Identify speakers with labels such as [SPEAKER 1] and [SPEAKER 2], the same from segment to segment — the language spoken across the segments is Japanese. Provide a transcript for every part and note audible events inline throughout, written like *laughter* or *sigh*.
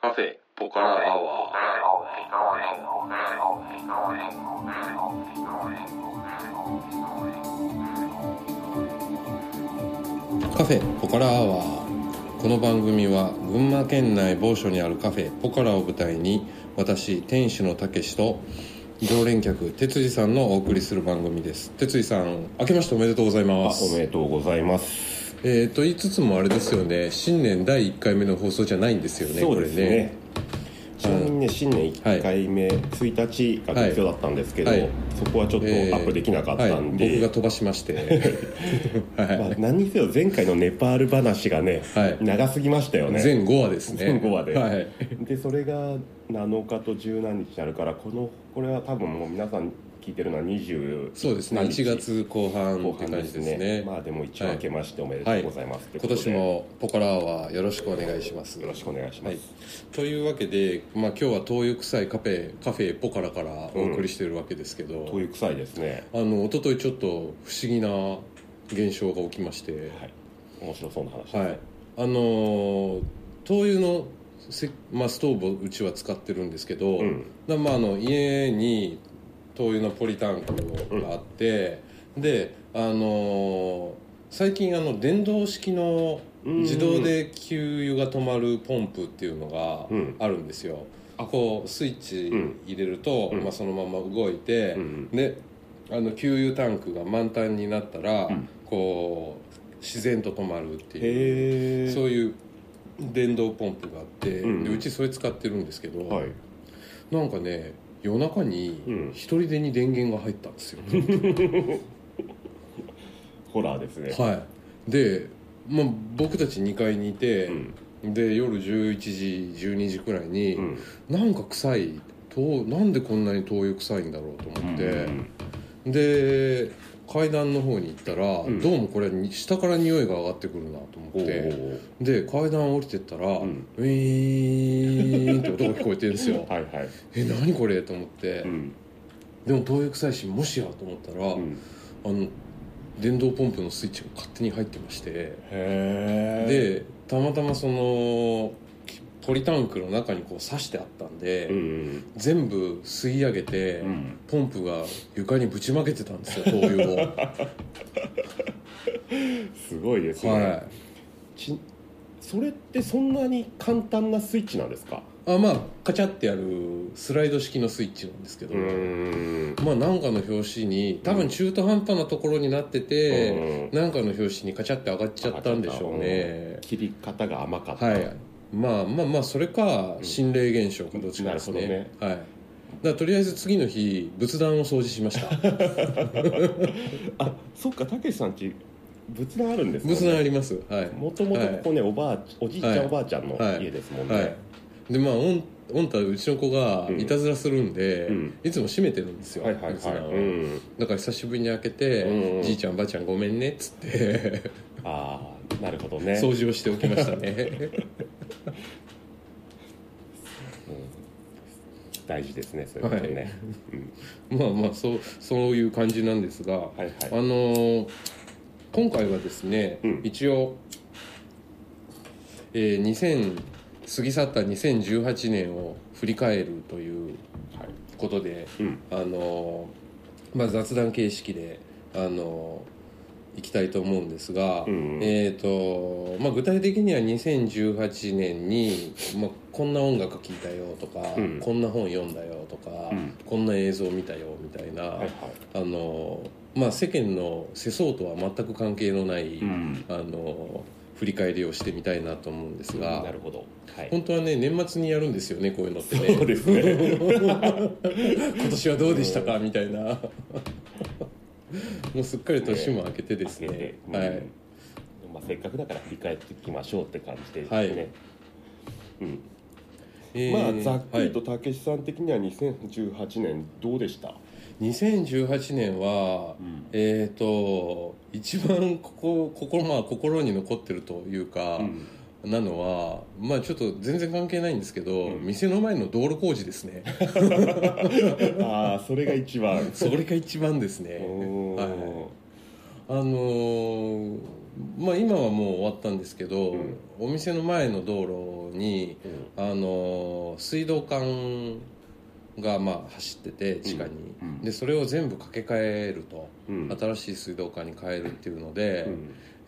[SPEAKER 1] カフェポカラアワーカフェポカラアワーこの番組は群馬県内某所にあるカフェポカラを舞台に私店主のたけしと常連客哲司さんのお送りする番組です哲司さん明けましておめでとうございま
[SPEAKER 2] あ
[SPEAKER 1] す
[SPEAKER 2] おめでとうございます。
[SPEAKER 1] えー、と言いつつもあれですよね新年第1回目の放送じゃないんですよね
[SPEAKER 2] そうですね。ちなみにね、新年1回目、1日が月曜だったんですけど、
[SPEAKER 1] はいはい
[SPEAKER 2] そこはちょっ
[SPEAKER 1] ことれ
[SPEAKER 2] ア
[SPEAKER 1] ねえー
[SPEAKER 2] ップできなかったん
[SPEAKER 1] はい、僕
[SPEAKER 2] で、
[SPEAKER 1] が飛ばしまして
[SPEAKER 2] *laughs* まあ、何にせよ前回のネパール話がね、
[SPEAKER 1] はい
[SPEAKER 2] 長すぎましたよね。
[SPEAKER 1] 全5話ですね
[SPEAKER 2] 全5話で
[SPEAKER 1] はい、
[SPEAKER 2] でそれが7日と17日になるからこのこれは多分もう皆さん聞いてるのは20
[SPEAKER 1] そうですね
[SPEAKER 2] 何日
[SPEAKER 1] 1月後半っ
[SPEAKER 2] 後
[SPEAKER 1] て
[SPEAKER 2] 半
[SPEAKER 1] 感
[SPEAKER 2] で
[SPEAKER 1] じ
[SPEAKER 2] す
[SPEAKER 1] で
[SPEAKER 2] ね
[SPEAKER 1] すね
[SPEAKER 2] まあでも一応明けましておめでとうございます、という
[SPEAKER 1] 今
[SPEAKER 2] こと
[SPEAKER 1] 年
[SPEAKER 2] で
[SPEAKER 1] もポカラはよろしくお願いします
[SPEAKER 2] よろしくお願いしま
[SPEAKER 1] は
[SPEAKER 2] す、
[SPEAKER 1] いというわけで、まあ、今日は東湯臭いカフェカフェポカラからお送りしてるわけですけど、
[SPEAKER 2] という臭いですね
[SPEAKER 1] あの一昨日ちょっと不思議な現象が起きまして
[SPEAKER 2] はい面白そうな話です、
[SPEAKER 1] はい、あのー灯油のせ、まあ、ストーブをうちは使ってるんですけど、
[SPEAKER 2] うん
[SPEAKER 1] だまあ、あの家に灯油のポリタンクがあって、で、あのー最近あの電動式の
[SPEAKER 2] うん
[SPEAKER 1] 自動で給油が止まるポンプっていうのが
[SPEAKER 2] うん
[SPEAKER 1] あるんですよ。こうスイッチ入れると、
[SPEAKER 2] うん
[SPEAKER 1] まあ、そのまま動いて、
[SPEAKER 2] うん
[SPEAKER 1] であの給油タンクが満タンになったら、
[SPEAKER 2] うん
[SPEAKER 1] こう自然と止まるっていう
[SPEAKER 2] へえ
[SPEAKER 1] そういう電動ポンプがあって、
[SPEAKER 2] うん
[SPEAKER 1] でうちそれ使ってるんですけど、
[SPEAKER 2] はい
[SPEAKER 1] なんかね夜中に
[SPEAKER 2] うん
[SPEAKER 1] 一人でに電源が入ったんですよ、
[SPEAKER 2] ホラーですね
[SPEAKER 1] *laughs* はいで、まあ、僕たち2階にいて、
[SPEAKER 2] うん
[SPEAKER 1] で夜11時12時くらいに、
[SPEAKER 2] うん
[SPEAKER 1] なんか臭いとなんでこんなに灯油臭いんだろうと思って、
[SPEAKER 2] うん
[SPEAKER 1] で階段の方に行ったら、
[SPEAKER 2] ん
[SPEAKER 1] どうもこれに下から匂いが上がってくるなと思
[SPEAKER 2] お
[SPEAKER 1] ってで
[SPEAKER 2] ー
[SPEAKER 1] 階段降りてったら、
[SPEAKER 2] ん
[SPEAKER 1] ウィーンって音が聞こえてるん
[SPEAKER 2] *laughs*
[SPEAKER 1] ですよ
[SPEAKER 2] はいはい
[SPEAKER 1] え何これと思って、
[SPEAKER 2] うん
[SPEAKER 1] でも灯油臭いしもしやと思ったら、
[SPEAKER 2] うん
[SPEAKER 1] あの電動ポンプのスイッチが勝手に入ってまして
[SPEAKER 2] へえ
[SPEAKER 1] でたまたまそのきポリタンクの中にこう刺してあったんで、
[SPEAKER 2] うん
[SPEAKER 1] 全部吸い上げて、
[SPEAKER 2] うん
[SPEAKER 1] ポンプが床にぶちまけてたんで
[SPEAKER 2] *laughs*
[SPEAKER 1] すよ灯油を。
[SPEAKER 2] すごいですね、
[SPEAKER 1] はい
[SPEAKER 2] ちそれってそんなに簡単なスイッチなんですか
[SPEAKER 1] あまあカチャってやるスライド式のスイッチなんですけど、
[SPEAKER 2] ん
[SPEAKER 1] まあなんかの拍子に多分中途半端なところになってて、なんかの拍子にカチャって上がっちゃったんでしょうね、
[SPEAKER 2] 切り方が甘かった、
[SPEAKER 1] はいまあまあまあそれか
[SPEAKER 2] ん
[SPEAKER 1] 心霊現象かどっちかですね,、
[SPEAKER 2] なる
[SPEAKER 1] はいだからとりあえず次の日仏壇を掃除しました
[SPEAKER 2] *laughs* あそっかたけしさんち仏壇あるんですもん
[SPEAKER 1] 仏壇ありますはい
[SPEAKER 2] もともとここね、おばあおじいちゃん、
[SPEAKER 1] はい
[SPEAKER 2] おばあちゃんの
[SPEAKER 1] はい
[SPEAKER 2] 家ですもんね、
[SPEAKER 1] はいでまあオンオンタうちの子が
[SPEAKER 2] うん
[SPEAKER 1] いたずらするんで、
[SPEAKER 2] うん
[SPEAKER 1] いつも閉めてるんですよ、
[SPEAKER 2] はいはい
[SPEAKER 1] 仏壇
[SPEAKER 2] はい、
[SPEAKER 1] を
[SPEAKER 2] うん、
[SPEAKER 1] だから久しぶりに開けて、
[SPEAKER 2] うんうん
[SPEAKER 1] じいちゃんばあちゃんごめんねっつって
[SPEAKER 2] ああなるほどね
[SPEAKER 1] 掃除をしておきましたね
[SPEAKER 2] 大事ですねそういうことね、
[SPEAKER 1] はい
[SPEAKER 2] う
[SPEAKER 1] ま
[SPEAKER 2] ん
[SPEAKER 1] あまあそうそういう感じなんですが、
[SPEAKER 2] はいはい
[SPEAKER 1] あのー今回はですね、
[SPEAKER 2] うん
[SPEAKER 1] 一応、えー2000過ぎ去った2018年を振り返るという
[SPEAKER 2] はい
[SPEAKER 1] ことで、
[SPEAKER 2] うん
[SPEAKER 1] あのーまあ、雑談形式で、あのーいきたいと思うんですが、
[SPEAKER 2] うんうん
[SPEAKER 1] えーとまあ、具体的には2018年に、まあ、こんな音楽聴いたよとか、
[SPEAKER 2] うん
[SPEAKER 1] こんな本読んだよとか、
[SPEAKER 2] うん
[SPEAKER 1] こんな映像見たよみたいな、
[SPEAKER 2] はいはい
[SPEAKER 1] あのーまあ、世間の世相とは全く関係のない、
[SPEAKER 2] うん
[SPEAKER 1] あのー振り返りをしてみたいなと思うんですが、
[SPEAKER 2] なるほどはい
[SPEAKER 1] 本当はね年末にやるんですよねこういうのってね。
[SPEAKER 2] そ
[SPEAKER 1] *laughs*
[SPEAKER 2] うですね
[SPEAKER 1] 今年はどうでしたかみたいなもうすっかり年も明けてですね
[SPEAKER 2] ねうん
[SPEAKER 1] はい、
[SPEAKER 2] まあ、せっかくだから振り返っていきましょうって感じでね、
[SPEAKER 1] はい
[SPEAKER 2] うん
[SPEAKER 1] え
[SPEAKER 2] ま
[SPEAKER 1] ー
[SPEAKER 2] あざっくりとたけしさん的には2018年どうでした、
[SPEAKER 1] はい、2018年はえっ、と一番ここ心まあ心に残ってるというか、
[SPEAKER 2] うん
[SPEAKER 1] なのはまあちょっと全然関係ないんですけど、
[SPEAKER 2] うん
[SPEAKER 1] 店の前の道路工事です
[SPEAKER 2] *laughs*
[SPEAKER 1] ね
[SPEAKER 2] ああそれが
[SPEAKER 1] *laughs*
[SPEAKER 2] 一番
[SPEAKER 1] それが一番ですね
[SPEAKER 2] おー
[SPEAKER 1] はいあのーまあ、今はもう終わったんですけど、
[SPEAKER 2] うん
[SPEAKER 1] お店の前の道路にあのー水道管がまあ走ってて地下に、
[SPEAKER 2] うんうん
[SPEAKER 1] でそれを全部架け替えると、
[SPEAKER 2] うん
[SPEAKER 1] 新しい水道管に変えるっていうので、
[SPEAKER 2] うん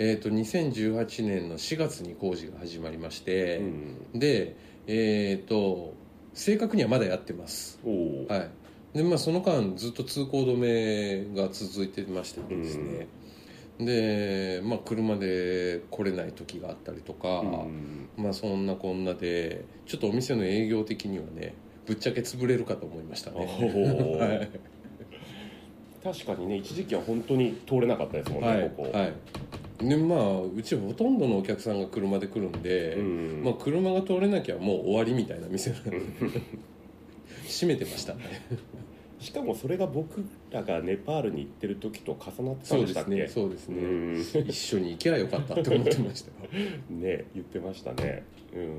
[SPEAKER 1] えー、と2018年の4月に工事が始まりまし
[SPEAKER 2] う
[SPEAKER 1] て、
[SPEAKER 2] ん
[SPEAKER 1] でえっ、と正確にはまだやってます
[SPEAKER 2] おお
[SPEAKER 1] はいでまあその間ずっと通行止めが続いてましてですね、でまあ車で来れない時があったりとか、
[SPEAKER 2] うん
[SPEAKER 1] まあそんなこんなでちょっとお店の営業的にはねぶっちゃけ潰れるかと思いました
[SPEAKER 2] お
[SPEAKER 1] ね
[SPEAKER 2] ー
[SPEAKER 1] はい
[SPEAKER 2] 確かにね一時期は本当に通れなかったですもんね、
[SPEAKER 1] はい
[SPEAKER 2] ここ、
[SPEAKER 1] はいでまあうちほとんどのお客さんが車で来るんで、
[SPEAKER 2] うん
[SPEAKER 1] まあ、車が通れなきゃもう終わりみたいな店なんで閉めてま
[SPEAKER 2] *laughs*
[SPEAKER 1] したね
[SPEAKER 2] しかもそれが僕らがネパールに行ってる時と重なってた
[SPEAKER 1] そ
[SPEAKER 2] ん
[SPEAKER 1] う
[SPEAKER 2] で
[SPEAKER 1] で
[SPEAKER 2] したっ
[SPEAKER 1] す
[SPEAKER 2] け
[SPEAKER 1] ねそうですね、
[SPEAKER 2] うん
[SPEAKER 1] 一緒に行けばよかったって思ってましたよ
[SPEAKER 2] ね言ってましたねうん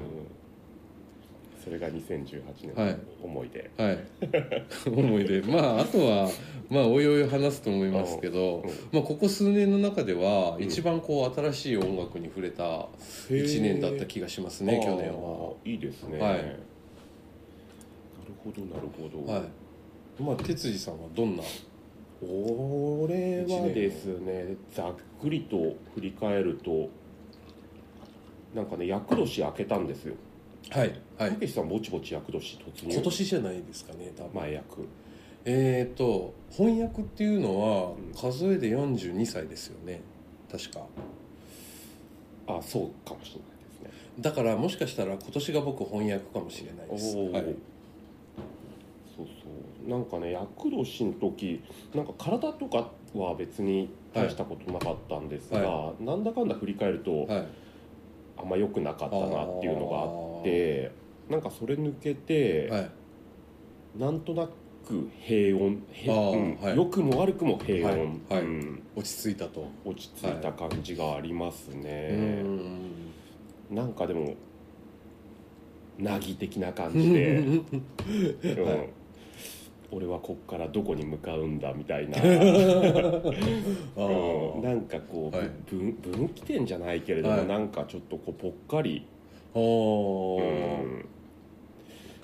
[SPEAKER 2] それが2018年
[SPEAKER 1] はい
[SPEAKER 2] の思い出、 *laughs*
[SPEAKER 1] はい *laughs* 思い出まああとはまあおいおい話すと思いますけど
[SPEAKER 2] うん
[SPEAKER 1] まあ、ここ数年の中では
[SPEAKER 2] うん
[SPEAKER 1] 一番こう新しい音楽に触れた1年だった気がしますね
[SPEAKER 2] あー
[SPEAKER 1] 去年はい
[SPEAKER 2] いですね、
[SPEAKER 1] はい
[SPEAKER 2] なるほどなるほど、
[SPEAKER 1] はいまあ哲司さんはどんな
[SPEAKER 2] 俺はですねざっくりと振り返るとなんかね厄年明けたんですよ
[SPEAKER 1] はいは
[SPEAKER 2] た
[SPEAKER 1] い
[SPEAKER 2] けしさんぼちぼち厄年突入
[SPEAKER 1] 今年じゃないですかね多分
[SPEAKER 2] 前役
[SPEAKER 1] えー、と翻訳っていうのは
[SPEAKER 2] うん
[SPEAKER 1] 数えで42歳ですよね確か
[SPEAKER 2] あそうかもしれないですね
[SPEAKER 1] だからもしかしたら今年が僕翻訳かもしれないです、
[SPEAKER 2] おお、
[SPEAKER 1] はい、
[SPEAKER 2] そうそうなんかね厄年の時なんか体とかは別に大したことなかったんですが、
[SPEAKER 1] は
[SPEAKER 2] なんだかんだ振り返ると、
[SPEAKER 1] はい、
[SPEAKER 2] あんま良くなかったなっていうのがあってなんかそれ抜けて、
[SPEAKER 1] あーはい
[SPEAKER 2] なんとなく平穏へ
[SPEAKER 1] あー
[SPEAKER 2] うん
[SPEAKER 1] はい
[SPEAKER 2] 良くも悪くも平穏、
[SPEAKER 1] はいはい
[SPEAKER 2] うん
[SPEAKER 1] 落ち着いたと、
[SPEAKER 2] 落ち着いた感じがありますね、
[SPEAKER 1] うーん
[SPEAKER 2] なんかでもなぎ的な感じで、うん
[SPEAKER 1] はい
[SPEAKER 2] 俺はこっからどこに向かうんだみたい
[SPEAKER 1] *laughs*
[SPEAKER 2] な、
[SPEAKER 1] *laughs* あ
[SPEAKER 2] うん
[SPEAKER 1] ー
[SPEAKER 2] なんかこう、
[SPEAKER 1] はい
[SPEAKER 2] 分分岐点じゃないけれども、
[SPEAKER 1] はい
[SPEAKER 2] なんかちょっとこうぽっかり、
[SPEAKER 1] あー
[SPEAKER 2] うん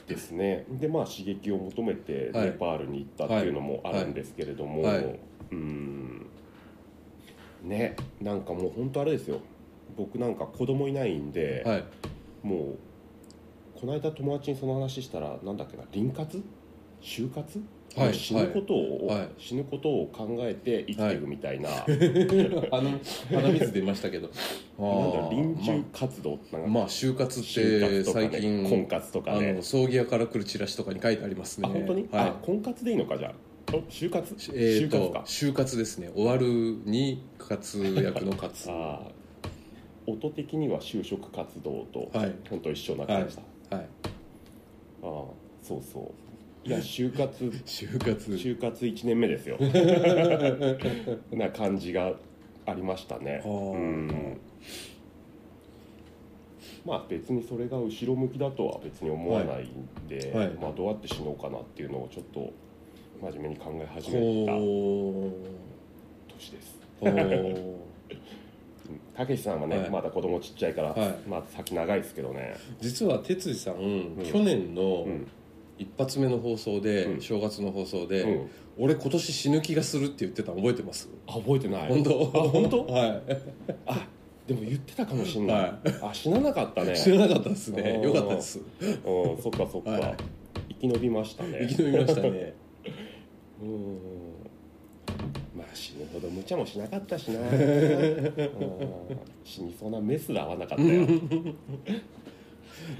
[SPEAKER 2] ですねでまあ刺激を求めて
[SPEAKER 1] はい
[SPEAKER 2] ネパールに行ったっていうのもあるんですけれども、
[SPEAKER 1] はいはい
[SPEAKER 2] うんねなんかもう本当あれですよ僕なんか子供いないんで、
[SPEAKER 1] はい
[SPEAKER 2] もうこの間友達にその話したらなんだっけな輪活就活、
[SPEAKER 1] はい
[SPEAKER 2] 死ぬことを、
[SPEAKER 1] はい
[SPEAKER 2] 死ぬことを考えて生きていくみたいな、
[SPEAKER 1] あの鼻水出ましたけどあ
[SPEAKER 2] なんだ
[SPEAKER 1] ー
[SPEAKER 2] 臨終活動なん
[SPEAKER 1] ま
[SPEAKER 2] か
[SPEAKER 1] あ、まあ就活って
[SPEAKER 2] 就活とかね
[SPEAKER 1] 最近、
[SPEAKER 2] 婚活とか
[SPEAKER 1] あ
[SPEAKER 2] ね
[SPEAKER 1] の葬儀屋から来るチラシとかに書いてありますね
[SPEAKER 2] あ本当に、
[SPEAKER 1] はい
[SPEAKER 2] あ婚活でいいのかじゃあお就活、
[SPEAKER 1] えー、
[SPEAKER 2] 就活
[SPEAKER 1] と
[SPEAKER 2] か
[SPEAKER 1] 就活ですね終わるに活躍の活は
[SPEAKER 2] *laughs* ああ音的には就職活動と
[SPEAKER 1] はい
[SPEAKER 2] 本当一緒な感じだ、
[SPEAKER 1] い
[SPEAKER 2] ああそうそうい
[SPEAKER 1] *laughs*
[SPEAKER 2] や就活
[SPEAKER 1] 就活
[SPEAKER 2] 就活1年目で
[SPEAKER 1] *laughs*
[SPEAKER 2] すよな感じがありましたね
[SPEAKER 1] あー
[SPEAKER 2] うんまあ別にそれが後ろ向きだとは別に思わないんで、
[SPEAKER 1] はいはい
[SPEAKER 2] まあ、どうやって死のうかなっていうのをちょっと真面目に考え始めた
[SPEAKER 1] こ
[SPEAKER 2] 年です
[SPEAKER 1] うこう
[SPEAKER 2] たけしさんはね、
[SPEAKER 1] はい
[SPEAKER 2] まだ子供ちっちゃいから、
[SPEAKER 1] はい
[SPEAKER 2] まあ先長いですけどね、
[SPEAKER 1] *laughs* 実は哲司さん、
[SPEAKER 2] ん
[SPEAKER 1] 去年の
[SPEAKER 2] うん
[SPEAKER 1] 一発目の放送で、
[SPEAKER 2] うん
[SPEAKER 1] 正月の放送で、
[SPEAKER 2] うん
[SPEAKER 1] 俺今年死ぬ気がするって言ってたの覚えてます、
[SPEAKER 2] あ覚えてない
[SPEAKER 1] 本当
[SPEAKER 2] あ本
[SPEAKER 1] *laughs*
[SPEAKER 2] 当
[SPEAKER 1] はい、
[SPEAKER 2] あでも言ってたかもしんない、
[SPEAKER 1] は
[SPEAKER 2] あ死ななかったね
[SPEAKER 1] 死ななかったですね
[SPEAKER 2] あー
[SPEAKER 1] よかったです
[SPEAKER 2] うんそっかそっか、
[SPEAKER 1] はい
[SPEAKER 2] 生き延びましたね
[SPEAKER 1] 生き延びましたね
[SPEAKER 2] うんまあ死ぬほど無茶もしなかった *laughs* しなうん死にそうなメスら合わなかったよ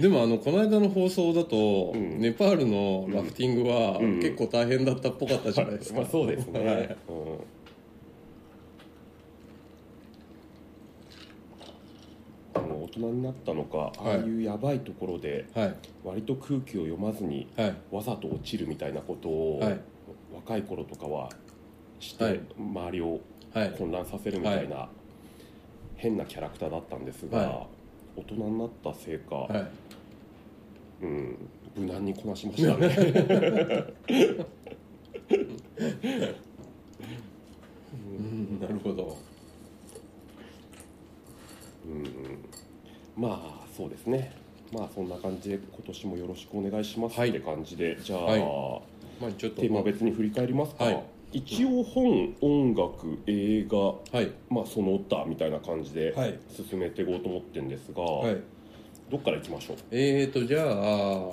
[SPEAKER 1] でもあのこの間の放送だと、
[SPEAKER 2] うん
[SPEAKER 1] ネパールのラフティングは、
[SPEAKER 2] うん
[SPEAKER 1] 結構大変だったっぽかったじゃないですか、
[SPEAKER 2] *laughs* まあそうですね、
[SPEAKER 1] はい
[SPEAKER 2] うんあの大人になったのかああいうやばいところで
[SPEAKER 1] はい
[SPEAKER 2] 割と空気を読まずに
[SPEAKER 1] はい
[SPEAKER 2] わざと落ちるみたいなことを、
[SPEAKER 1] はい
[SPEAKER 2] 若い頃とかはして、
[SPEAKER 1] はい
[SPEAKER 2] 周りを
[SPEAKER 1] はい
[SPEAKER 2] 混乱させるみたいな変なキャラクターだったんですが、
[SPEAKER 1] は
[SPEAKER 2] 大人になったせいか、
[SPEAKER 1] はい
[SPEAKER 2] うん、無難にこなしましたね。
[SPEAKER 1] うんなるほど
[SPEAKER 2] まあそうですねまあそんな感じで今年もよろしくお願いします
[SPEAKER 1] は
[SPEAKER 2] っ
[SPEAKER 1] い
[SPEAKER 2] て感じで、じゃあ、
[SPEAKER 1] はいまあちょっと
[SPEAKER 2] テーマ別に振り返りますか、
[SPEAKER 1] はい
[SPEAKER 2] 一応本音楽映画
[SPEAKER 1] はい
[SPEAKER 2] まあその他みたいな感じで
[SPEAKER 1] はい
[SPEAKER 2] 進めていこうと思ってんですが、
[SPEAKER 1] はい
[SPEAKER 2] どっからいきましょう
[SPEAKER 1] えーとじゃあ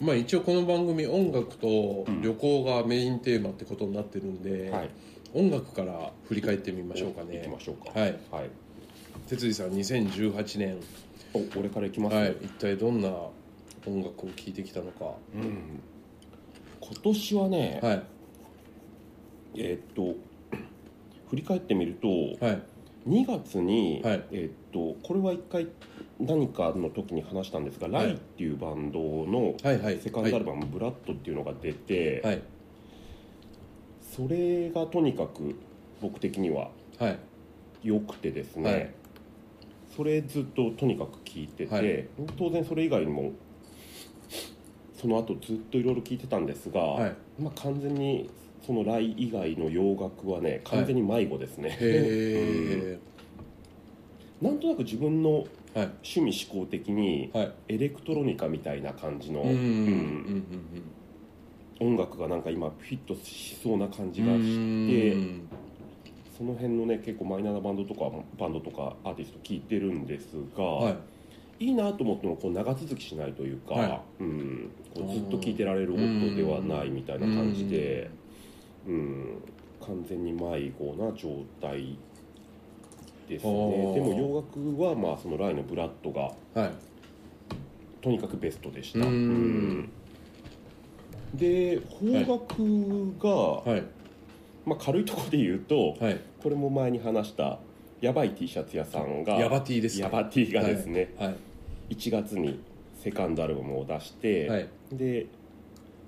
[SPEAKER 1] まあ一応この番組音楽と旅行がメインテーマってことになってるんで、
[SPEAKER 2] はい
[SPEAKER 1] 音楽から振り返ってみましょうか
[SPEAKER 2] 行き
[SPEAKER 1] ね
[SPEAKER 2] ましょうか
[SPEAKER 1] はい
[SPEAKER 2] はい
[SPEAKER 1] 哲司さん2018年
[SPEAKER 2] お俺から行きます、
[SPEAKER 1] はい、一体どんな音楽を聴いてきたのか、
[SPEAKER 2] うん今年はね、
[SPEAKER 1] はい
[SPEAKER 2] えーっと *clears throat* 振り返ってみると
[SPEAKER 1] はい
[SPEAKER 2] 2月に、
[SPEAKER 1] はい
[SPEAKER 2] えーっとこれは一回何かの時に話したんですが、
[SPEAKER 1] はい
[SPEAKER 2] ライっていうバンドの
[SPEAKER 1] はいはい
[SPEAKER 2] セカンドアルバム「ブラッドっていうのが出て、
[SPEAKER 1] はい
[SPEAKER 2] それがとにかく僕的には
[SPEAKER 1] はい
[SPEAKER 2] 良くてですね、
[SPEAKER 1] はい
[SPEAKER 2] それずっととにかく聞いてて、
[SPEAKER 1] はい
[SPEAKER 2] 当然それ以外にもその後ずっといろいろ聞いてたんですが、
[SPEAKER 1] はい
[SPEAKER 2] まあ、完全にそのライ以外の洋楽はね完全に迷子ですね、
[SPEAKER 1] へ
[SPEAKER 2] なんとなく自分
[SPEAKER 1] は
[SPEAKER 2] の
[SPEAKER 1] い
[SPEAKER 2] 趣味思考的に
[SPEAKER 1] えはい
[SPEAKER 2] エレクトロニカみたいな感じの
[SPEAKER 1] うんうんうん
[SPEAKER 2] 音楽がなんか今フィットしそうな感じ
[SPEAKER 1] うん
[SPEAKER 2] が
[SPEAKER 1] う
[SPEAKER 2] し
[SPEAKER 1] ん
[SPEAKER 2] その辺のね結構マイナーなバンドとかバンドとかアーティスト聞いてるんですが、
[SPEAKER 1] はい
[SPEAKER 2] いいなと思ってもこう長続きしないというか、
[SPEAKER 1] は
[SPEAKER 2] うん、こうずっと聴いてられる音ではないみたいな感じで、うん完全に迷子な状態です
[SPEAKER 1] あー
[SPEAKER 2] ねでも洋楽はまあそのライのブラッドが
[SPEAKER 1] はい
[SPEAKER 2] とにかくベストでした、
[SPEAKER 1] うん
[SPEAKER 2] うんで邦楽が、
[SPEAKER 1] はい
[SPEAKER 2] まあ、軽いところで言うと
[SPEAKER 1] はい
[SPEAKER 2] これも前に話したやばい T シャツ屋さんが
[SPEAKER 1] ヤバティですね
[SPEAKER 2] ヤバ T がですね、
[SPEAKER 1] は
[SPEAKER 2] 1月にセカンドアルバムを出して、
[SPEAKER 1] いはい
[SPEAKER 2] で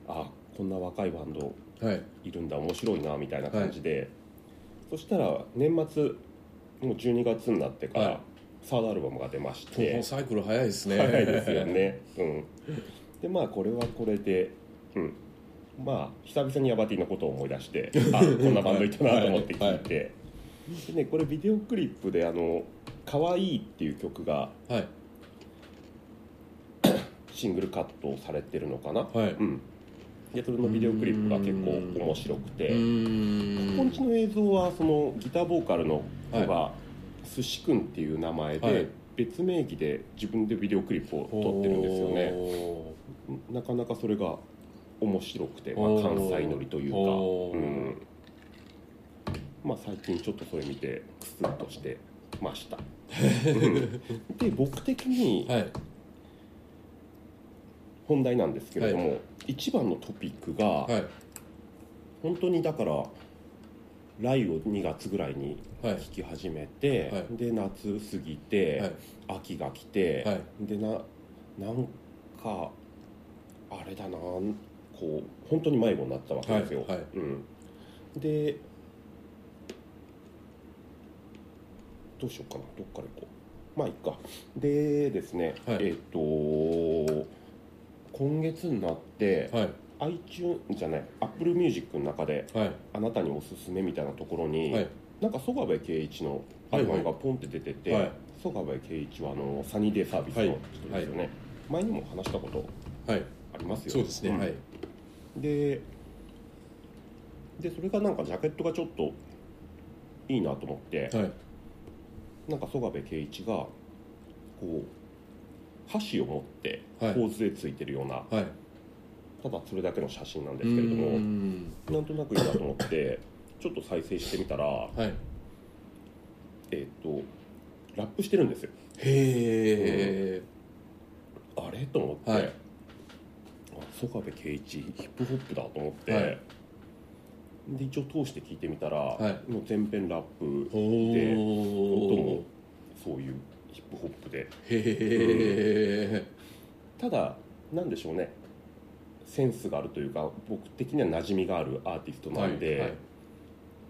[SPEAKER 2] あこんな若いバンド
[SPEAKER 1] はい
[SPEAKER 2] いるんだ面白いなみたいな感じで、そしたら年末もう12月になってから、
[SPEAKER 1] はい
[SPEAKER 2] サードアルバムが出まし
[SPEAKER 1] 東
[SPEAKER 2] て
[SPEAKER 1] 方サイクル早いですね
[SPEAKER 2] 早いですよね、うん、でまあこれはこれで、うん、まあ久々にヤバティのことを思い出してあこんなバンドいたなと思って聞いて、でねこれビデオクリップで「あの可愛いっていう曲が
[SPEAKER 1] はい
[SPEAKER 2] シングルカットされてるのかな、
[SPEAKER 1] はい
[SPEAKER 2] うん、でそれのビデオクリップが結構面白くて
[SPEAKER 1] うーん
[SPEAKER 2] こんちの映像はそのギターボーカルの子が寿司くんっていう名前で、
[SPEAKER 1] はい
[SPEAKER 2] 別名義で自分でビデオクリップを撮ってるんですよね
[SPEAKER 1] ほ
[SPEAKER 2] なかなかそれが面白くて、まあ
[SPEAKER 1] お、ー
[SPEAKER 2] 関西乗りというか、
[SPEAKER 1] おー
[SPEAKER 2] うんまあ、最近ちょっとそれ見てクスッとしてま
[SPEAKER 1] *laughs*
[SPEAKER 2] したうんで僕的に
[SPEAKER 1] ーはい
[SPEAKER 2] 本題なんですけれども、一番のトピックが、
[SPEAKER 1] はい
[SPEAKER 2] 本当にだから来を2月ぐらいに
[SPEAKER 1] はい
[SPEAKER 2] 聞き始めて、
[SPEAKER 1] は
[SPEAKER 2] で夏過ぎて、
[SPEAKER 1] はい
[SPEAKER 2] 秋が来て、
[SPEAKER 1] はい
[SPEAKER 2] でななんかあれだなこう本当に迷子になったわけですよ、
[SPEAKER 1] はいはい
[SPEAKER 2] うん、でどうしようかなどっから行こうまあいっかでですね、
[SPEAKER 1] はい
[SPEAKER 2] えっ、と今月になって、
[SPEAKER 1] はい
[SPEAKER 2] iTunes じゃない Apple Music の中で
[SPEAKER 1] はい
[SPEAKER 2] あなたにおすすめみたいなところに、
[SPEAKER 1] はい
[SPEAKER 2] なんか曽我部圭一のアルバムがポンって出てて、
[SPEAKER 1] はい
[SPEAKER 2] 曽我部圭一はあのサニーデイサービスの人ですよね、前にも話したこと
[SPEAKER 1] はい
[SPEAKER 2] ありますよ
[SPEAKER 1] そうですね
[SPEAKER 2] ん
[SPEAKER 1] はい
[SPEAKER 2] ででそれがなんかジャケットがちょっといいなと思って、
[SPEAKER 1] はい
[SPEAKER 2] なんか曽我部圭一がこう箸を持って
[SPEAKER 1] はい
[SPEAKER 2] 構図でついてるような、
[SPEAKER 1] はい
[SPEAKER 2] ただそれだけの写真なんですけれども、
[SPEAKER 1] うーん
[SPEAKER 2] なんとなくいいなと思ってちょっと再生してみたら
[SPEAKER 1] はい
[SPEAKER 2] えっ、とラップしてるんですよ
[SPEAKER 1] へえ
[SPEAKER 2] あれと思って、
[SPEAKER 1] はい
[SPEAKER 2] あ曽我部圭一ヒップホップだと思って、
[SPEAKER 1] はい
[SPEAKER 2] で一応通して聞いてみたら、
[SPEAKER 1] はい
[SPEAKER 2] もう全編ラップ
[SPEAKER 1] お
[SPEAKER 2] で音
[SPEAKER 1] お
[SPEAKER 2] もそういうヒップホップで
[SPEAKER 1] へえ
[SPEAKER 2] ただなんでしょうねセンスがあるというか僕的には馴染みがあるアーティストなんで、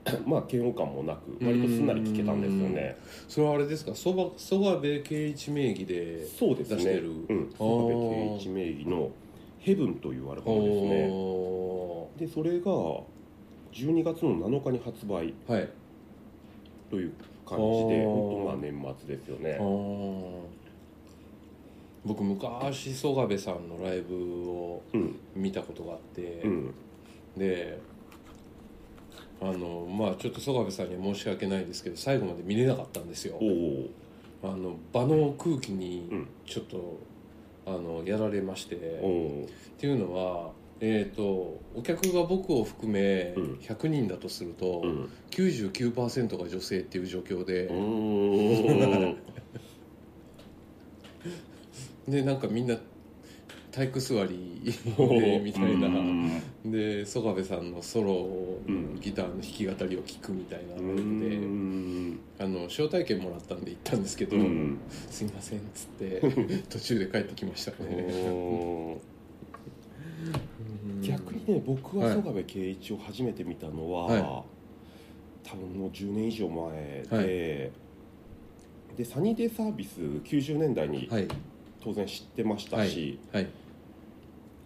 [SPEAKER 1] はいはい
[SPEAKER 2] *clears throat* まあ嫌悪感もなく割とすんなり聞けたんですよね
[SPEAKER 1] それはあれですかそばそば部圭一名義で
[SPEAKER 2] そうです
[SPEAKER 1] 出して
[SPEAKER 2] ね
[SPEAKER 1] る
[SPEAKER 2] うん
[SPEAKER 1] あー
[SPEAKER 2] 澤部圭一名義の「ヘブンというアルバムですね
[SPEAKER 1] お
[SPEAKER 2] でそれが12月の7日に発売
[SPEAKER 1] ーはい
[SPEAKER 2] という
[SPEAKER 1] あ
[SPEAKER 2] 感じで
[SPEAKER 1] ー
[SPEAKER 2] 本当まあ年末ですよね
[SPEAKER 1] あー僕昔曽我部さんのライブを
[SPEAKER 2] うん
[SPEAKER 1] 見たことがあって、
[SPEAKER 2] うん
[SPEAKER 1] であのまあちょっと曽我部さんには申し訳ないですけど最後まで見れなかったんですよ
[SPEAKER 2] おお
[SPEAKER 1] あの場の空気に
[SPEAKER 2] うん
[SPEAKER 1] ちょっと、あのやられまして
[SPEAKER 2] お
[SPEAKER 1] っ
[SPEAKER 2] お
[SPEAKER 1] ていうのはえー、とお客が僕を含め
[SPEAKER 2] うん
[SPEAKER 1] 100人だとすると、
[SPEAKER 2] うん
[SPEAKER 1] 99%が女性っていう状況で、 *laughs*
[SPEAKER 2] うん
[SPEAKER 1] でなんかみんな体育座りでみたいな、
[SPEAKER 2] うん
[SPEAKER 1] で曽我部さんのソロを
[SPEAKER 2] うん
[SPEAKER 1] ギターの弾き語りを聞くみたいな
[SPEAKER 2] う
[SPEAKER 1] ので、
[SPEAKER 2] ん
[SPEAKER 1] あの招待券もらったんで行ったんですけど、
[SPEAKER 2] うん
[SPEAKER 1] すいませんっつって *laughs* 途中で帰ってきましたね、
[SPEAKER 2] おー
[SPEAKER 1] うん
[SPEAKER 2] 逆にね僕は
[SPEAKER 1] はい
[SPEAKER 2] 曽我部圭一を初めて見たのは、
[SPEAKER 1] はい
[SPEAKER 2] 多分もう10年以上前で、でサニーデイサービス90年代に
[SPEAKER 1] はい
[SPEAKER 2] 当然知ってましたし、
[SPEAKER 1] はい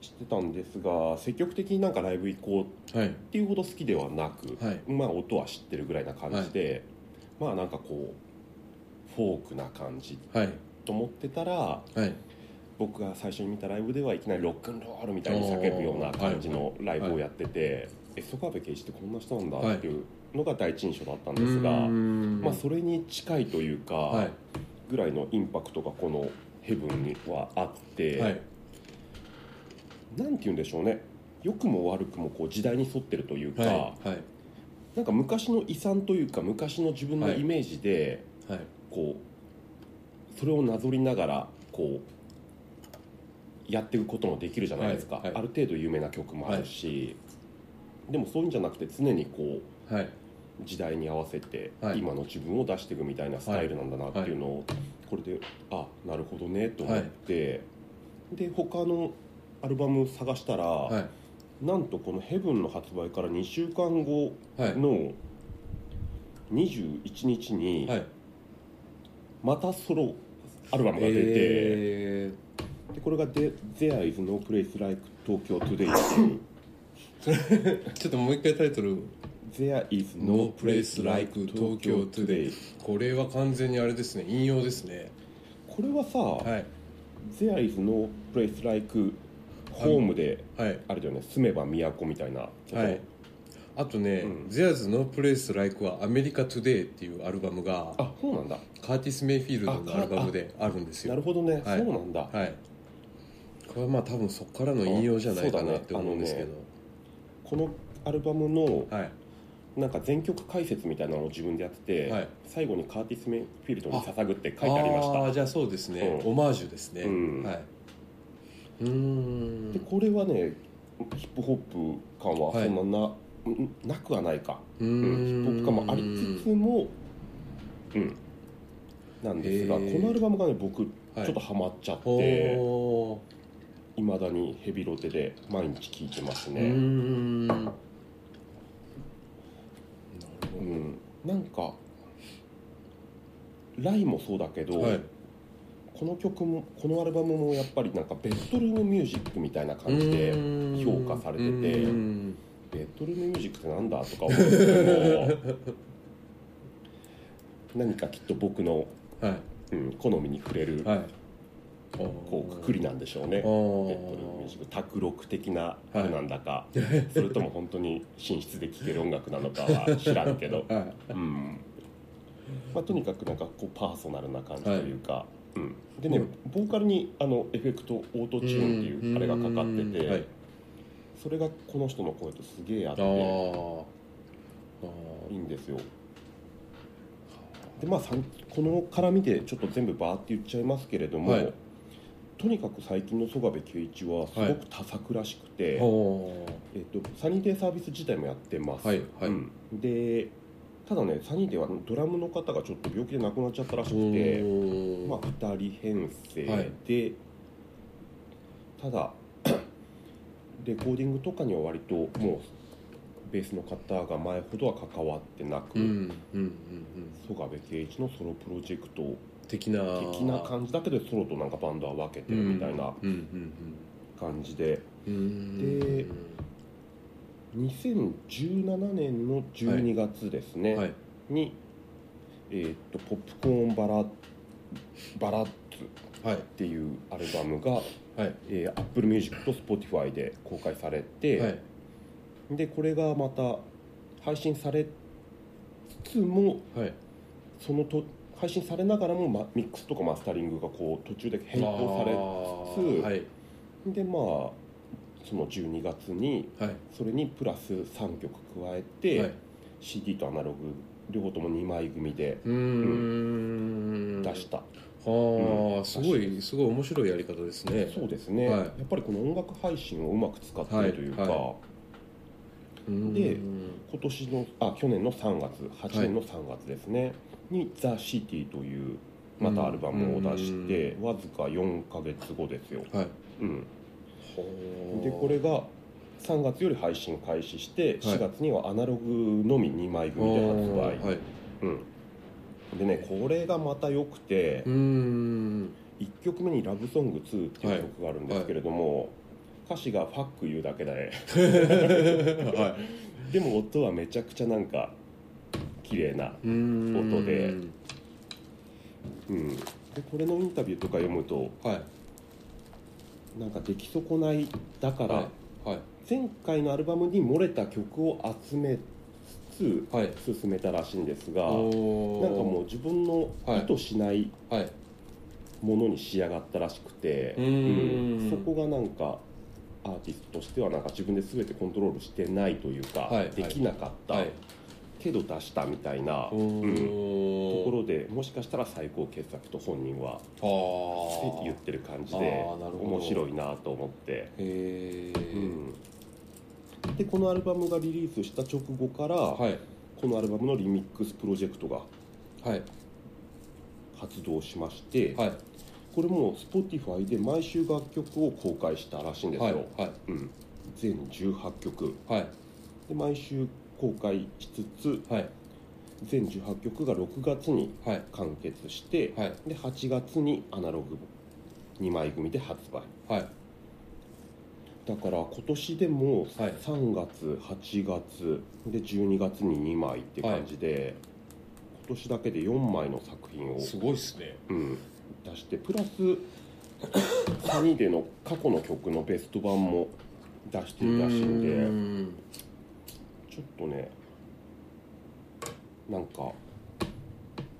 [SPEAKER 2] 知ってたんですが積極的になんかライブ行こう
[SPEAKER 1] はい
[SPEAKER 2] っていうほど好きではなく、
[SPEAKER 1] はい
[SPEAKER 2] まあ音は知ってるぐらいな感じで、まあなんかこうフォークな感じ
[SPEAKER 1] はい
[SPEAKER 2] と思ってたら
[SPEAKER 1] はい
[SPEAKER 2] 僕が最初に見たライブではいきなりロックンロールみたいに叫ぶような感じのライブをやっててえ曽我部圭一ってこんな人なんだっていうのが第一印象だったんですが、
[SPEAKER 1] うん
[SPEAKER 2] まあ、それに近いというか、
[SPEAKER 1] はい
[SPEAKER 2] ぐらいのインパクトがこの「ヘブン」にはあって、
[SPEAKER 1] はい
[SPEAKER 2] なんて言うんでしょうね良くも悪くもこう時代に沿ってるというか、
[SPEAKER 1] はいはい
[SPEAKER 2] なんか昔の遺産というか昔の自分のイメージで、
[SPEAKER 1] はい
[SPEAKER 2] こうそれをなぞりながらこうやっていくこともできるじゃないですか、
[SPEAKER 1] はいはい
[SPEAKER 2] ある程度有名な曲もあるし、でもそういうんじゃなくて常にこう
[SPEAKER 1] はい
[SPEAKER 2] 時代に合わせて
[SPEAKER 1] はい
[SPEAKER 2] 今の自分を出していくみたいなスタイルなんだなっていうのをこれであなるほどねと思って、で他のアルバム探したら、
[SPEAKER 1] はい
[SPEAKER 2] なんとこの「ヘブンの発売から2週間後
[SPEAKER 1] はい
[SPEAKER 2] の21日に
[SPEAKER 1] はい
[SPEAKER 2] またソロアルバムが出て、
[SPEAKER 1] えー
[SPEAKER 2] でこれがで「There is no place like Tokyo Today」っ
[SPEAKER 1] *laughs*
[SPEAKER 2] ていう
[SPEAKER 1] ちょっともう一回タイトル
[SPEAKER 2] 「There is no place like Tokyo Today
[SPEAKER 1] これは完全にあれですね引用ですね」
[SPEAKER 2] これはさ、
[SPEAKER 1] はい
[SPEAKER 2] There is no place like home で
[SPEAKER 1] はい
[SPEAKER 2] あれだよね住めば都みたいなこと、
[SPEAKER 1] はいあとね
[SPEAKER 2] うん
[SPEAKER 1] 「There's No Place Like」は「アメリカ Today」っていうアルバムが
[SPEAKER 2] あそうなんだ
[SPEAKER 1] カーティス・メイフィールド
[SPEAKER 2] あ
[SPEAKER 1] の
[SPEAKER 2] か
[SPEAKER 1] アルバムであるんです
[SPEAKER 2] な
[SPEAKER 1] よ
[SPEAKER 2] るほどね、
[SPEAKER 1] はい
[SPEAKER 2] そうなんだ、
[SPEAKER 1] はいこれはまあ多分そこからの引用じゃないか
[SPEAKER 2] あそうだ
[SPEAKER 1] な
[SPEAKER 2] ね
[SPEAKER 1] って思うんですけど
[SPEAKER 2] このアルバムの
[SPEAKER 1] はい
[SPEAKER 2] なんか全曲解説みたいなのを自分でやってて、
[SPEAKER 1] はい
[SPEAKER 2] 最後にカーティス・メイフィールドに捧ぐって書いてありました
[SPEAKER 1] ーじゃあそうですね
[SPEAKER 2] うん
[SPEAKER 1] オマージュですね
[SPEAKER 2] うん
[SPEAKER 1] はいうーん
[SPEAKER 2] でこれはねヒップホップ感はそんなな,ん、なくはないか、
[SPEAKER 1] うー
[SPEAKER 2] うん
[SPEAKER 1] ん
[SPEAKER 2] ヒップホップ感もありつつもうんなんですがこ
[SPEAKER 1] へー
[SPEAKER 2] のアルバムがね僕ち
[SPEAKER 1] はい
[SPEAKER 2] ょっとハマっちゃって
[SPEAKER 1] おー
[SPEAKER 2] いま、未だにヘビロテで毎日聴いてます
[SPEAKER 1] うー
[SPEAKER 2] ね
[SPEAKER 1] んなる
[SPEAKER 2] う
[SPEAKER 1] ほど
[SPEAKER 2] ん、なんかライもそうだけど、
[SPEAKER 1] はい
[SPEAKER 2] この曲もこのアルバムもやっぱりなんかベッドルームミュージックみたいな感じで評価されてて
[SPEAKER 1] うーん
[SPEAKER 2] ベッドルームミュージックってなんだとか思うんですけど何かきっと僕の、
[SPEAKER 1] はい
[SPEAKER 2] うん、好みに触れる
[SPEAKER 1] はい
[SPEAKER 2] こうくくりなんでしょうね
[SPEAKER 1] あ
[SPEAKER 2] ベッド
[SPEAKER 1] ー
[SPEAKER 2] ルームミュージック卓録的な
[SPEAKER 1] はい、
[SPEAKER 2] なんだか、それとも本当に寝室で聴ける音楽なのかは知らんけど
[SPEAKER 1] *laughs* はい
[SPEAKER 2] うんまあ、とにかくなんかこうパーソナルな感じというか、うん、でね
[SPEAKER 1] うん
[SPEAKER 2] ボーカルにあのエフェクトオートチューンっていうあれがかかってて、
[SPEAKER 1] うんはい
[SPEAKER 2] それがこの人の声とすげえ合っ
[SPEAKER 1] あ
[SPEAKER 2] て。
[SPEAKER 1] ーあ
[SPEAKER 2] いいんですよでまあさんこの絡みでちょっと全部バーって言っちゃいますけれども、
[SPEAKER 1] はい
[SPEAKER 2] とにかく最近の曽我部圭一はすご
[SPEAKER 1] はい
[SPEAKER 2] く多作らしくて、
[SPEAKER 1] ーお
[SPEAKER 2] えっとサニーデイサービス自体もやってます、
[SPEAKER 1] はいはい
[SPEAKER 2] うんでただねサニーデイはドラムの方がちょっと病気で亡くなっちゃったらしくて、
[SPEAKER 1] ー
[SPEAKER 2] まあ、2人編成で、
[SPEAKER 1] はい
[SPEAKER 2] ただ *coughs* レコーディングとかには割ともうベースの方が前ほどは関わってなく、
[SPEAKER 1] うんうんうんうん
[SPEAKER 2] 曽我部圭一のソロプロジェクト
[SPEAKER 1] 的な
[SPEAKER 2] 的な感じだけどソロとなんかバンドは分けてるみたいな
[SPEAKER 1] うんうん
[SPEAKER 2] 感じで、
[SPEAKER 1] うんうん
[SPEAKER 2] で2017年の12月ですね、
[SPEAKER 1] はい
[SPEAKER 2] にえーっとポップコーンバラバラッツっ
[SPEAKER 1] はい
[SPEAKER 2] ていうアルバムが、
[SPEAKER 1] はい
[SPEAKER 2] えー、Apple Music と Spotify で公開されて、
[SPEAKER 1] はい
[SPEAKER 2] でこれがまた配信されつつも
[SPEAKER 1] はい
[SPEAKER 2] そのと配信されながらも、ま、ミックスとかマスタリングがこう途中で変更されつつ
[SPEAKER 1] あーはい
[SPEAKER 2] でまあその12月に
[SPEAKER 1] はい
[SPEAKER 2] それにプラス3曲加えて、
[SPEAKER 1] はい
[SPEAKER 2] CD とアナログ両方とも2枚組で
[SPEAKER 1] うーん
[SPEAKER 2] 出した、
[SPEAKER 1] あ
[SPEAKER 2] う
[SPEAKER 1] あ
[SPEAKER 2] ん
[SPEAKER 1] すごいすごい面白いやり方ですね
[SPEAKER 2] そうですね、
[SPEAKER 1] はい
[SPEAKER 2] やっぱりこの音楽配信をうまく使ってるというか、
[SPEAKER 1] はいはうーん
[SPEAKER 2] で今年のあ去年の3月8年の3月ですね、に「ザ・シティというまたアルバムを出して、わずか4ヶ月後ですよ、
[SPEAKER 1] はい
[SPEAKER 2] うん、
[SPEAKER 1] ほー
[SPEAKER 2] でこれが3月より配信開始して4月にはアナログのみ2枚組で発
[SPEAKER 1] あ
[SPEAKER 2] 売、
[SPEAKER 1] ーはい
[SPEAKER 2] うん、でねこれがまた良くて、
[SPEAKER 1] うー
[SPEAKER 2] *laughs*
[SPEAKER 1] ん
[SPEAKER 2] 1曲目に「ラブソング2」っていう曲があるんですけれども、歌詞が「ファック」言うだ
[SPEAKER 1] *laughs*
[SPEAKER 2] けで
[SPEAKER 1] は
[SPEAKER 2] でも音はめちゃくちゃなんか綺麗な、
[SPEAKER 1] い、うーん
[SPEAKER 2] 音でうん、でこれのインタビューとか読むと
[SPEAKER 1] はい
[SPEAKER 2] なんか出来損ないだから、
[SPEAKER 1] はいはい
[SPEAKER 2] 前回のアルバムに漏れた曲を集めつ
[SPEAKER 1] はい
[SPEAKER 2] つ進めたらしいんですがなんか
[SPEAKER 1] おー
[SPEAKER 2] もう自分の意図しない
[SPEAKER 1] はい
[SPEAKER 2] ものに仕上がったらしくて、
[SPEAKER 1] うーん
[SPEAKER 2] そこがなんかアーティストとしてはなんか自分で全てコントロールしてないというか、
[SPEAKER 1] はい
[SPEAKER 2] できなかった、
[SPEAKER 1] はい
[SPEAKER 2] けど出したみたいな、
[SPEAKER 1] お
[SPEAKER 2] うんと
[SPEAKER 1] ー
[SPEAKER 2] ころでもしかしたら最高傑作と本人はって言
[SPEAKER 1] あ
[SPEAKER 2] っ
[SPEAKER 1] あ
[SPEAKER 2] てる感じ
[SPEAKER 1] あ
[SPEAKER 2] で
[SPEAKER 1] ーなるほど
[SPEAKER 2] 面白いなと思って、
[SPEAKER 1] へえ
[SPEAKER 2] うんでこのアルバムがリリースした直後から、
[SPEAKER 1] はい
[SPEAKER 2] このアルバムのリミックスプロジェクトが
[SPEAKER 1] はい
[SPEAKER 2] 発動しまして、
[SPEAKER 1] はい
[SPEAKER 2] これも Spotify で毎週楽曲を公開したらしいんですよ、
[SPEAKER 1] はいはい
[SPEAKER 2] うん、全18曲
[SPEAKER 1] はい
[SPEAKER 2] で毎週公開しつつ
[SPEAKER 1] はい
[SPEAKER 2] 全18曲が6月に
[SPEAKER 1] はい
[SPEAKER 2] 完結して、
[SPEAKER 1] はい
[SPEAKER 2] で8月にアナログ2枚組で発売
[SPEAKER 1] はい
[SPEAKER 2] だから今年でも
[SPEAKER 1] はい
[SPEAKER 2] 3月、8月で12月に2枚って感じで、今年だけで4枚の作品を、
[SPEAKER 1] すごいですね
[SPEAKER 2] うん、出してプラスサニーでの過去の曲のベスト版も出してるらしいんで。
[SPEAKER 1] うーん
[SPEAKER 2] ちょっとねなんか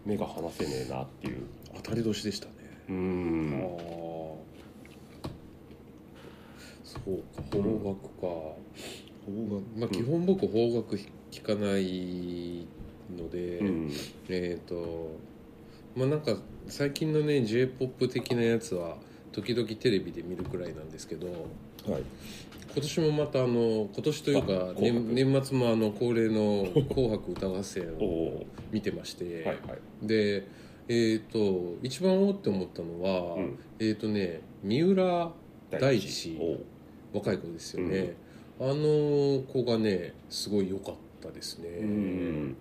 [SPEAKER 2] 目が離せねえなっていう
[SPEAKER 1] 当たり年でしたね
[SPEAKER 2] う
[SPEAKER 1] ああ
[SPEAKER 2] ん
[SPEAKER 1] そうか邦楽か邦楽まあ
[SPEAKER 2] うん
[SPEAKER 1] 基本僕邦楽聞かないので、
[SPEAKER 2] うん
[SPEAKER 1] えっ、とまあなんか最近のね j p o p 的なやつは時々テレビで見るくらいなんですけど
[SPEAKER 2] はい
[SPEAKER 1] 今年もまたあの今年というか
[SPEAKER 2] あ紅白
[SPEAKER 1] 年年末もあの恒例の「紅白歌合戦」
[SPEAKER 2] お
[SPEAKER 1] を
[SPEAKER 2] お
[SPEAKER 1] 見てまして、
[SPEAKER 2] はいはい
[SPEAKER 1] でえっ、と一番おーって思ったのは、
[SPEAKER 2] うん
[SPEAKER 1] えっ、とね三浦大地
[SPEAKER 2] おう
[SPEAKER 1] 若い子ですよね、あの子がねすごい良かったですね、
[SPEAKER 2] うん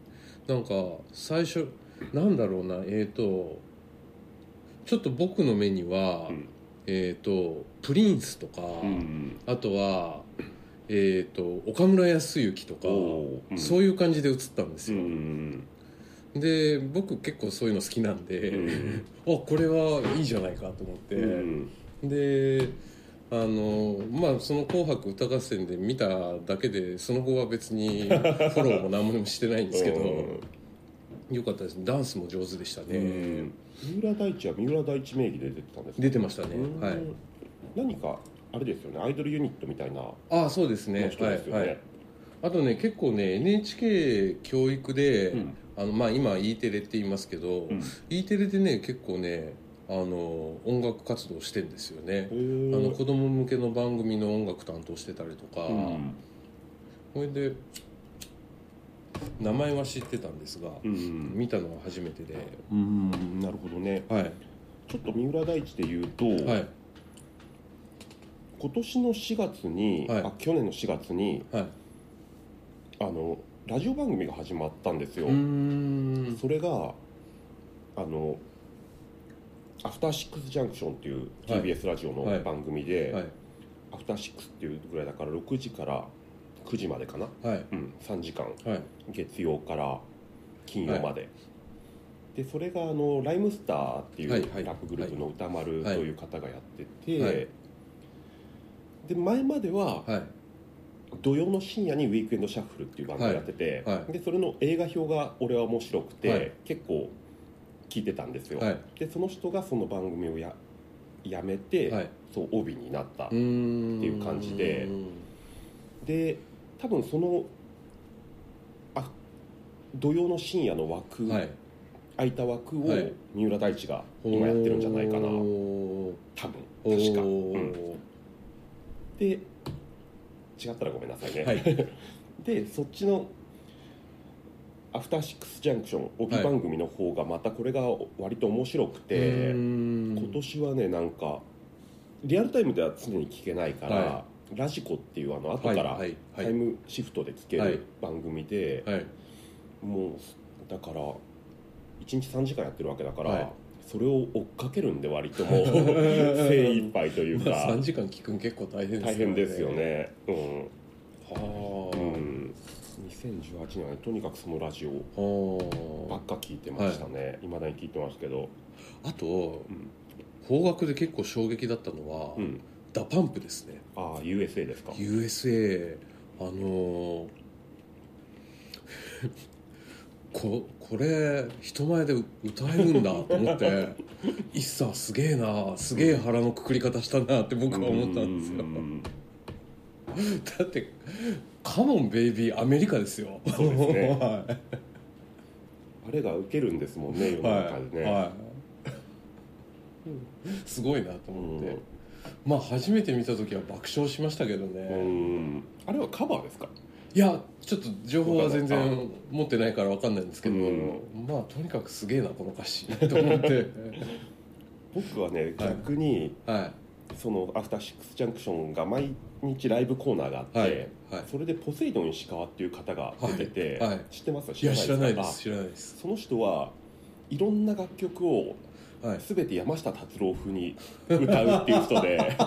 [SPEAKER 1] なんか最初なんだろうなえっ、とちょっと僕の目には、
[SPEAKER 2] うん
[SPEAKER 1] えっ、とプリンスとか、
[SPEAKER 2] うん
[SPEAKER 1] あとはえっ、と岡村康之とか、
[SPEAKER 2] おう
[SPEAKER 1] そうい
[SPEAKER 2] い
[SPEAKER 1] う感じで映ったんです
[SPEAKER 2] う
[SPEAKER 1] よ、
[SPEAKER 2] ん
[SPEAKER 1] で僕結構そういうの好きなんで、
[SPEAKER 2] うん
[SPEAKER 1] あこれはいいじゃないかと思って、
[SPEAKER 2] うん
[SPEAKER 1] であのまあその「紅白歌合戦」で見ただけでその後は別にフォローも何もしてないんですけどよかったですダンスも上手でした
[SPEAKER 2] う
[SPEAKER 1] ね
[SPEAKER 2] ん三浦大知は三浦大知名義で出てたんですか
[SPEAKER 1] 出てましたね
[SPEAKER 2] うん
[SPEAKER 1] はい
[SPEAKER 2] 何かあれですよねアイドルユニットみたいなの
[SPEAKER 1] ああそうですね
[SPEAKER 2] 人
[SPEAKER 1] は
[SPEAKER 2] です
[SPEAKER 1] い、
[SPEAKER 2] よ
[SPEAKER 1] はい
[SPEAKER 2] ね、
[SPEAKER 1] あとね結構ね NHK 教育で、
[SPEAKER 2] うん
[SPEAKER 1] あのまあ、今 E テレって言いますけど、
[SPEAKER 2] うん
[SPEAKER 1] E テレでね結構ねあの音楽活動してんですよねあ
[SPEAKER 2] へー
[SPEAKER 1] の子供向けの番組の音楽担当してたりとか、
[SPEAKER 2] うん
[SPEAKER 1] それで名前は知ってたんですが、
[SPEAKER 2] うん
[SPEAKER 1] 見たのは初めてで
[SPEAKER 2] うんなるほどね
[SPEAKER 1] はい
[SPEAKER 2] ちょっと三浦大知で言うと、
[SPEAKER 1] はい
[SPEAKER 2] 今年の4月に、
[SPEAKER 1] はい
[SPEAKER 2] あ去年の4月に
[SPEAKER 1] はい
[SPEAKER 2] あのラジオ番組が始まったんですよ、
[SPEAKER 1] うーん
[SPEAKER 2] それがあの「アフターシックス・ジャンクション」っていう
[SPEAKER 1] はい
[SPEAKER 2] TBS ラジオ
[SPEAKER 1] はい
[SPEAKER 2] の番組で、
[SPEAKER 1] はい
[SPEAKER 2] アフターシックスっていうぐらいだから6時から9時までかな、
[SPEAKER 1] はい
[SPEAKER 2] うん、3時間
[SPEAKER 1] はい
[SPEAKER 2] 月曜から金曜まで、でそれがあのライムスターっていう
[SPEAKER 1] は
[SPEAKER 2] ラ
[SPEAKER 1] いはい
[SPEAKER 2] ップグループの歌丸と
[SPEAKER 1] はい
[SPEAKER 2] いう方がやってて、
[SPEAKER 1] はい
[SPEAKER 2] で前までは
[SPEAKER 1] はい
[SPEAKER 2] 土曜の深夜に「ウィークエンドシャッフル」っていうバンドをやってて、
[SPEAKER 1] はいは
[SPEAKER 2] でそれの映画表が俺は面白くて、
[SPEAKER 1] はい
[SPEAKER 2] 結構聞いてたんですよ、
[SPEAKER 1] はい
[SPEAKER 2] でその人がその番組をややめて、
[SPEAKER 1] はい
[SPEAKER 2] そう帯になった、
[SPEAKER 1] うーん
[SPEAKER 2] っていう感じでで多分そのあ土曜の深夜の枠、
[SPEAKER 1] はい
[SPEAKER 2] 空いた枠を
[SPEAKER 1] はい
[SPEAKER 2] 三浦大知が今やってるんじゃないかな、
[SPEAKER 1] お
[SPEAKER 2] 多分
[SPEAKER 1] ー
[SPEAKER 2] 確か、
[SPEAKER 1] お
[SPEAKER 2] う
[SPEAKER 1] ー
[SPEAKER 2] んで違ったらごめんなさいね、
[SPEAKER 1] はい
[SPEAKER 2] *laughs* でそっちの「アフターシックス・ジャンクション」帯番組の方がまたこれが割と面白くて、
[SPEAKER 1] うーん
[SPEAKER 2] 今年はねなんかリアルタイムでは常に聞けないから、
[SPEAKER 1] は
[SPEAKER 2] ラジコっていうあの後から
[SPEAKER 1] はいは
[SPEAKER 2] タ
[SPEAKER 1] い
[SPEAKER 2] イムシフトで聞け
[SPEAKER 1] はい
[SPEAKER 2] る番組で、
[SPEAKER 1] はい
[SPEAKER 2] もうだから1日3時間やってるわけだから、
[SPEAKER 1] はい
[SPEAKER 2] それを追っかけるんで割と
[SPEAKER 1] *laughs*
[SPEAKER 2] もう精一杯というか、
[SPEAKER 1] まあ3時間聞くん結構大変ですよね
[SPEAKER 2] 大変ですよね。
[SPEAKER 1] は
[SPEAKER 2] うん、う
[SPEAKER 1] あ
[SPEAKER 2] ん、2018年はねとにかくそのラジオば
[SPEAKER 1] は
[SPEAKER 2] っか聞いてましたね、いまだに聞いてますけど、
[SPEAKER 1] ああと
[SPEAKER 2] うん
[SPEAKER 1] 方角で結構衝撃だったのは、
[SPEAKER 2] うん、
[SPEAKER 1] ダパンプですね
[SPEAKER 2] ああ USA ですか
[SPEAKER 1] USA あのー *laughs* ここれ人前で歌えるんだと思って
[SPEAKER 2] *laughs*
[SPEAKER 1] イッサーすげえなすげえ腹のくくり方したなって僕は思ったんですよ
[SPEAKER 2] うん
[SPEAKER 1] だってカモンベイビーアメリカですよ
[SPEAKER 2] そうですね
[SPEAKER 1] *laughs* は
[SPEAKER 2] あれが受けるんですもんね世
[SPEAKER 1] い
[SPEAKER 2] の中でね、
[SPEAKER 1] はい、はいすごいなと
[SPEAKER 2] う
[SPEAKER 1] 思
[SPEAKER 2] ん
[SPEAKER 1] って、まあ初めて見た時は爆笑しましたけどね、
[SPEAKER 2] うんあれはカバーですか
[SPEAKER 1] いやちょっと情報は全然持ってないから分かんないんですけど、
[SPEAKER 2] うん
[SPEAKER 1] まあとにかくすげえなこの歌詞と思
[SPEAKER 2] *laughs*
[SPEAKER 1] って
[SPEAKER 2] 僕はね逆に
[SPEAKER 1] は
[SPEAKER 2] そのアフターシックスジャンクションが毎日ライブコーナーがあっ
[SPEAKER 1] い
[SPEAKER 2] て、
[SPEAKER 1] はいは
[SPEAKER 2] それでポセイドン石川っていう方が出てて、
[SPEAKER 1] はいはい
[SPEAKER 2] 知ってます
[SPEAKER 1] いいや知らないで
[SPEAKER 2] か
[SPEAKER 1] す知らないです
[SPEAKER 2] その人はいろんな楽曲を
[SPEAKER 1] はい
[SPEAKER 2] 全て山下達郎風に歌うっていう人で *laughs*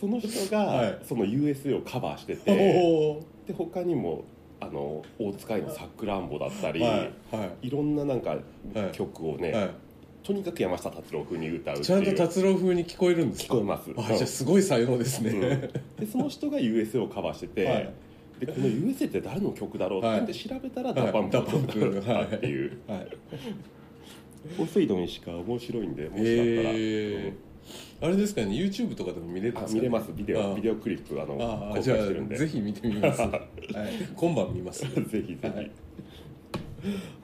[SPEAKER 2] その人が、
[SPEAKER 1] はい
[SPEAKER 2] その USA をカバーして
[SPEAKER 1] お
[SPEAKER 2] て
[SPEAKER 1] お
[SPEAKER 2] で他にもあの大塚愛の「さくらんぼ」だったり、、
[SPEAKER 1] はいはい
[SPEAKER 2] ろんななんか
[SPEAKER 1] はい
[SPEAKER 2] 曲をね、
[SPEAKER 1] い、は
[SPEAKER 2] とにかく山下達郎風に歌うっ
[SPEAKER 1] い、
[SPEAKER 2] て
[SPEAKER 1] ちゃん
[SPEAKER 2] い
[SPEAKER 1] と
[SPEAKER 2] う
[SPEAKER 1] 達郎風に聞こえるんです
[SPEAKER 2] 聞
[SPEAKER 1] か
[SPEAKER 2] こえます、
[SPEAKER 1] あじゃあすごい才能です
[SPEAKER 2] うんうん
[SPEAKER 1] ね、
[SPEAKER 2] でその人が USA をカバーしてて、
[SPEAKER 1] はい
[SPEAKER 2] でこの USA って誰の曲だろうってんで調べたらダパンプ
[SPEAKER 1] ダパンプ
[SPEAKER 2] だったっていう、
[SPEAKER 1] はい
[SPEAKER 2] ポセイドンしか面白いんでもしかったら、
[SPEAKER 1] えー、あれですかね YouTube とかでも見れたん
[SPEAKER 2] あ
[SPEAKER 1] ですか、ね、
[SPEAKER 2] 見れますビデ
[SPEAKER 1] あ
[SPEAKER 2] オ
[SPEAKER 1] ー
[SPEAKER 2] ビデオクリップあの
[SPEAKER 1] あ
[SPEAKER 2] 公
[SPEAKER 1] あ
[SPEAKER 2] 開
[SPEAKER 1] じゃ
[SPEAKER 2] してるん
[SPEAKER 1] あ
[SPEAKER 2] で
[SPEAKER 1] ぜ
[SPEAKER 2] ぜ
[SPEAKER 1] ひ見てみ
[SPEAKER 2] *laughs*
[SPEAKER 1] ます、はい、今晩見ます
[SPEAKER 2] ひ *laughs* ぜひ
[SPEAKER 1] はい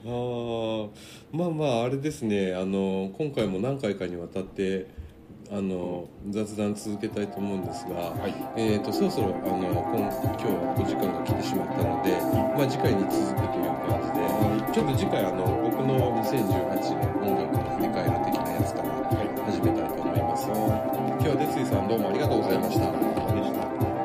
[SPEAKER 1] あーまあまああれですねあの今回も何回かにわたってあの雑談続けたいと思うんですが、
[SPEAKER 2] はい
[SPEAKER 1] えー、とそろそろあの今今日はお時間が来てしまったので、まあ、次回に続くという感じでちょっと次回あの僕の2018年音楽の振り返る的なやつから始めたいと思います、今日は哲井さんどうもありがとうございました
[SPEAKER 2] でした